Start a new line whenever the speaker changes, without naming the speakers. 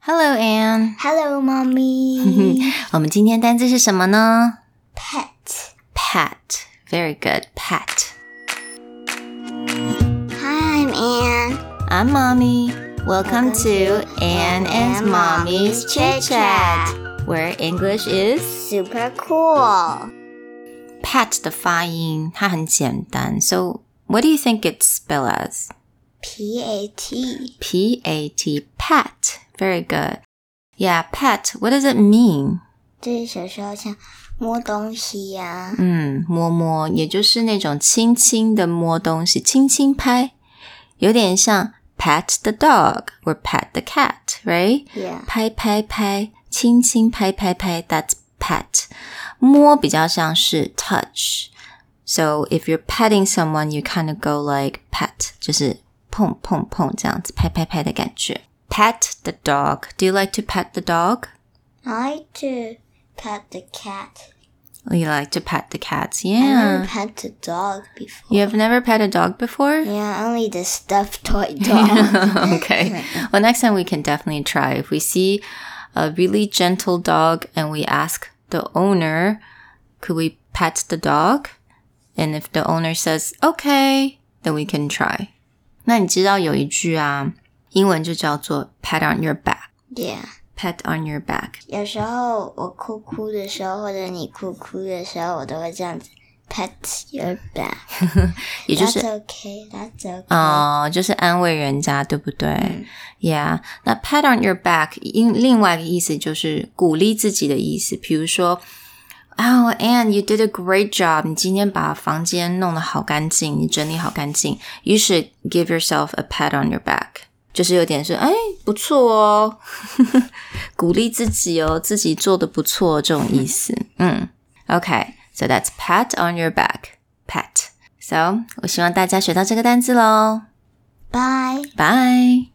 Hello, Anne。
Hello, mommy.
Mm-hmm. 我们今天单字是什么呢
Pet.
？Pat。Very good. Pat.
Hi, I'm Anne.
I'm Mommy. Welcome to Anne and Mommy's Chit Chat, where English is
Super cool.
Pat 的发音，它很简单。So, what do you think it's spelled as?
P A T.
P A T. Pat. Very good. Yeah, pat. What does it mean?
就是小时候像摸东西呀、
嗯，摸摸，也就是那种轻轻的摸东西，轻轻拍，有点像 pat the dog or pat the cat，right？
Yeah.
拍拍拍，轻轻拍拍拍，that's pat。摸比较像是 touch。So if you're petting someone, you kind of go like pat，就是碰碰碰这样子，拍拍拍的感觉。Pat the dog. Do you like to pet the dog?
I like to pet the cat.
You like to pet the cats,
I
yeah.
never pet the dog before.
You have never pet a dog before?
Yeah, only the stuffed toy dog.
okay. Well, next time we can definitely try. If we see a really gentle dog and we ask the owner, could we pet the dog? And if the owner says, okay, then we can try. 那你知道有一句啊，英文就叫做 pat on your back.
yeah.
Pat on your back.
有时候我哭哭的时候，或者你哭哭的时候，我都会这样子 pat your back。
也就是
That's okay. That's okay.
哦，就是安慰人家，对不对、y e a h 那 pat on your back，另另外一个意思就是鼓励自己的意思。比如说，Oh, Anne, you did a great job. 你今天把房间弄得好干净，你整理好干净。You should give yourself a pat on your back，就是有点是哎不错哦， 鼓励自己哦，自己做的不错哦这种意思。嗯，OK, so that's pat on your back, pat. So，我希望大家学到这个单字喽。
Bye.
Bye.